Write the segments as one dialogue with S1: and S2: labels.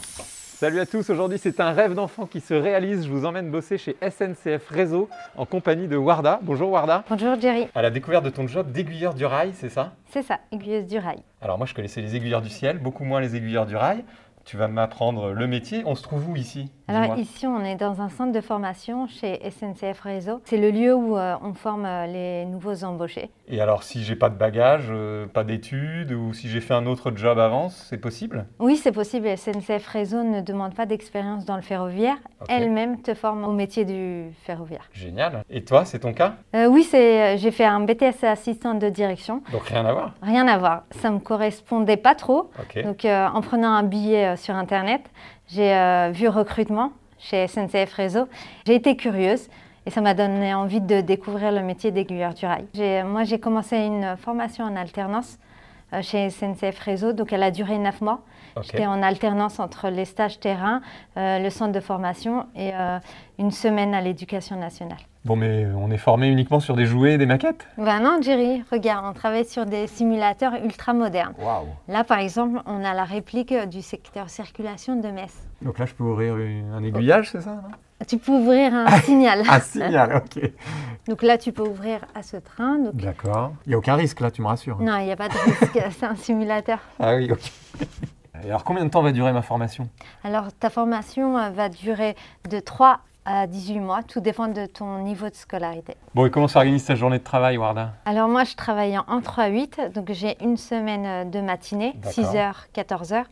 S1: Salut à tous, aujourd'hui c'est un rêve d'enfant qui se réalise. Je vous emmène bosser chez SNCF Réseau en compagnie de Warda. Bonjour Warda.
S2: Bonjour Jerry,
S1: À la découverte de ton job d'aiguilleur du rail, c'est ça
S2: c'est ça, aiguilleuse du rail.
S1: Alors moi je connaissais les aiguilleurs du ciel, beaucoup moins les aiguilleurs du rail. Tu vas m'apprendre le métier. On se trouve où ici
S2: Alors
S1: Dis-moi.
S2: ici, on est dans un centre de formation chez SNCF Réseau. C'est le lieu où euh, on forme euh, les nouveaux embauchés.
S1: Et alors si j'ai pas de bagages, euh, pas d'études ou si j'ai fait un autre job avant, c'est possible
S2: Oui, c'est possible, SNCF Réseau ne demande pas d'expérience dans le ferroviaire.
S1: Ok.
S2: Elle-même te forme au métier du ferroviaire.
S1: Génial. Et toi, c'est ton cas
S2: Euh, oui, c'est, euh, j'ai fait un BTS assistante de direction.
S1: Donc rien à voir.
S2: Rien à voir, ça me correspondait pas trop.
S1: Ok.
S2: Donc euh, en prenant un billet euh, sur Internet, j'ai euh, vu recrutement chez SNCF Réseau. J'ai été curieuse et ça m'a donné envie de découvrir le métier d'aiguilleur du rail. J'ai- euh, Moi, j'ai commencé une formation en alternance euh, chez SNCF Réseau, donc elle a duré neuf mois.
S1: ok.
S2: J'étais en alternance entre les stages terrain, euh, le centre de formation et euh, une semaine à l'éducation nationale.
S1: Bon mais euh, on est formé uniquement sur des jouets et des maquettes
S2: Ben non, Jerry, regarde, on travaille sur des simulateurs ultra modernes.
S1: Waouh.
S2: Là, par exemple, on a la réplique euh, du secteur circulation de Metz.
S1: Donc là je peux ouvrir une- un aiguillage, c'est ça non
S2: Tu peux ouvrir un signal.
S1: Ah, signal, ok.
S2: Donc là, tu peux ouvrir à ce train. donc-
S1: D'accord. Il n'y a aucun risque là, tu me rassures.
S2: Non, il n'y a pas de risque, c'est un simulateur.
S1: Ah oui, ok. Et alors, combien de temps va durer ma formation
S2: Alors, ta formation euh, va durer de 3 à 18 mois, tout dépend de ton niveau de scolarité.
S1: Bon, et comment s'organise ta journée de travail, Warda
S2: Alors moi, je travaille en 3-8, donc j'ai une semaine euh, de matinée,
S1: D'accord.
S2: 6h, 14h,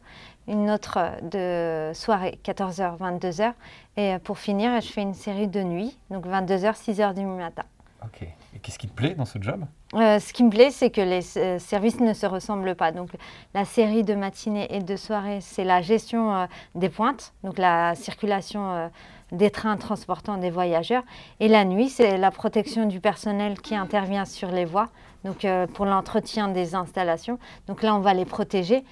S2: une autre euh, de soirée, 14h, 22h, et euh, pour finir, je fais une série de nuits, donc 22h, 6h du matin.
S1: Ok. Et qu'est-ce qui te plaît dans ce job
S2: Euh, ce qui me plaît, c'est que les euh, services ne se ressemblent pas. Donc, la série de matinées et de soirées, c'est la gestion euh, des pointes, donc la circulation euh, des trains transportant des voyageurs. Et la nuit, c'est la protection du personnel qui intervient sur les voies, donc euh, pour l'entretien des installations. Donc là, on va les protéger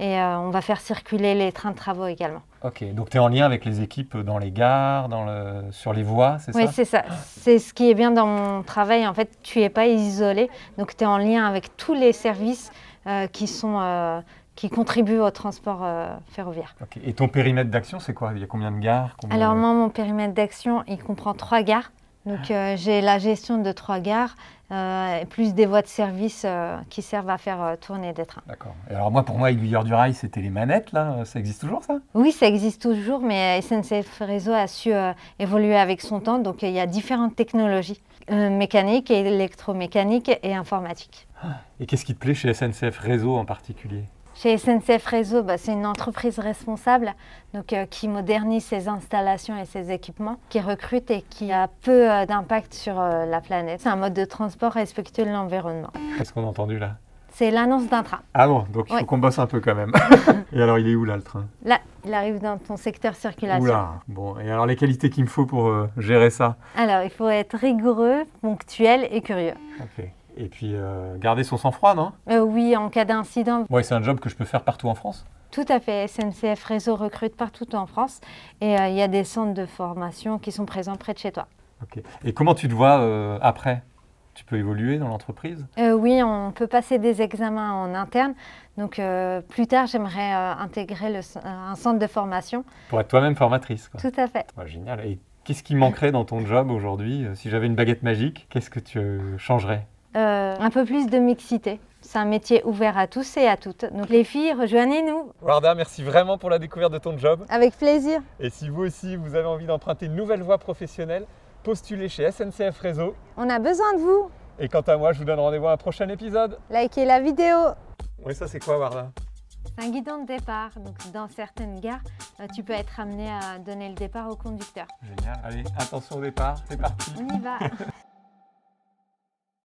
S2: et euh, on va faire circuler les trains de travaux également.
S1: Ok, donc tu es en lien avec les équipes dans les gares, dans le... sur les voies, c'est
S2: Oui,
S1: ça
S2: c'est ça. C'est ce qui est bien dans mon travail. En fait, tu n'es pas isolé. Donc, tu es en lien avec tous les services euh, qui, sont, euh, qui contribuent au transport euh, ferroviaire.
S1: Ok. Et ton périmètre d'action, c'est quoi Il y a combien de gares combien
S2: Alors,
S1: de-
S2: moi, mon périmètre d'action, il comprend trois gares. Donc, euh, j'ai la gestion de trois gares, euh, et plus des voies de service euh, qui servent à faire euh, tourner des trains.
S1: D'accord. Et alors, moi, pour moi, aiguilleur du rail, c'était les manettes, là. Ça existe toujours, ça
S2: Oui, ça existe toujours, mais euh, SNCF Réseau a su euh, évoluer avec son temps. Donc, il y a différentes technologies euh, mécaniques, et électromécaniques et informatiques.
S1: Et qu'est-ce qui te plaît chez SNCF Réseau en particulier
S2: Chez SNCF Réseau, bah, c'est une entreprise responsable donc, euh, qui modernise ses installations et ses équipements, qui recrute et qui a peu euh, d'impact sur euh, la planète. C'est un mode de transport respectueux de l'environnement.
S1: Qu'est-ce qu'on a entendu là
S2: C'est l'annonce d'un train.
S1: Ah bon, donc il faut
S2: Ouais.
S1: qu'on bosse un peu quand même. et alors, il est où, là, le train
S2: Là, il arrive dans ton secteur circulation.
S1: Oula, bon, et alors les qualités qu'il me faut pour euh, gérer ça
S2: Alors, il faut être rigoureux, ponctuel et curieux.
S1: Et puis euh, garder son sang-froid, non
S2: Euh, oui, en cas d'incident,
S1: Ouais, c'est un job que je peux faire partout en France.
S2: Tout à fait. SNCF Réseau recrute partout en France et euh, il y a des centres de formation qui sont présents près de chez toi.
S1: Ok. Et comment tu te vois euh, après Tu peux évoluer dans l'entreprise
S2: Euh, oui, on peut passer des examens en interne. Donc euh, plus tard, j'aimerais euh, intégrer le c- un centre de formation.
S1: Pour être toi-même formatrice, quoi.
S2: Tout à fait.
S1: Ouais, génial. Et qu'est-ce qui manquerait dans ton job aujourd'hui Euh, Si j'avais une baguette magique, qu'est-ce que tu euh, changerais
S2: Euh, un peu plus de mixité. C'est un métier ouvert à tous et à toutes. Donc les filles, rejoignez-nous
S1: Warda, merci vraiment pour la découverte de ton job.
S2: avec plaisir.
S1: Et si vous aussi, vous avez envie d'emprunter une nouvelle voie professionnelle, postulez chez SNCF Réseau.
S2: On a besoin de vous.
S1: Et quant à moi, je vous donne rendez-vous à un prochain épisode.
S2: Likez la vidéo.
S1: Oui, ça c'est quoi, Warda
S2: Un guidon de départ. Donc dans certaines gares, euh, tu peux être amené à donner le départ au conducteur.
S1: Génial. Allez, attention au départ, c'est parti.
S2: On y va.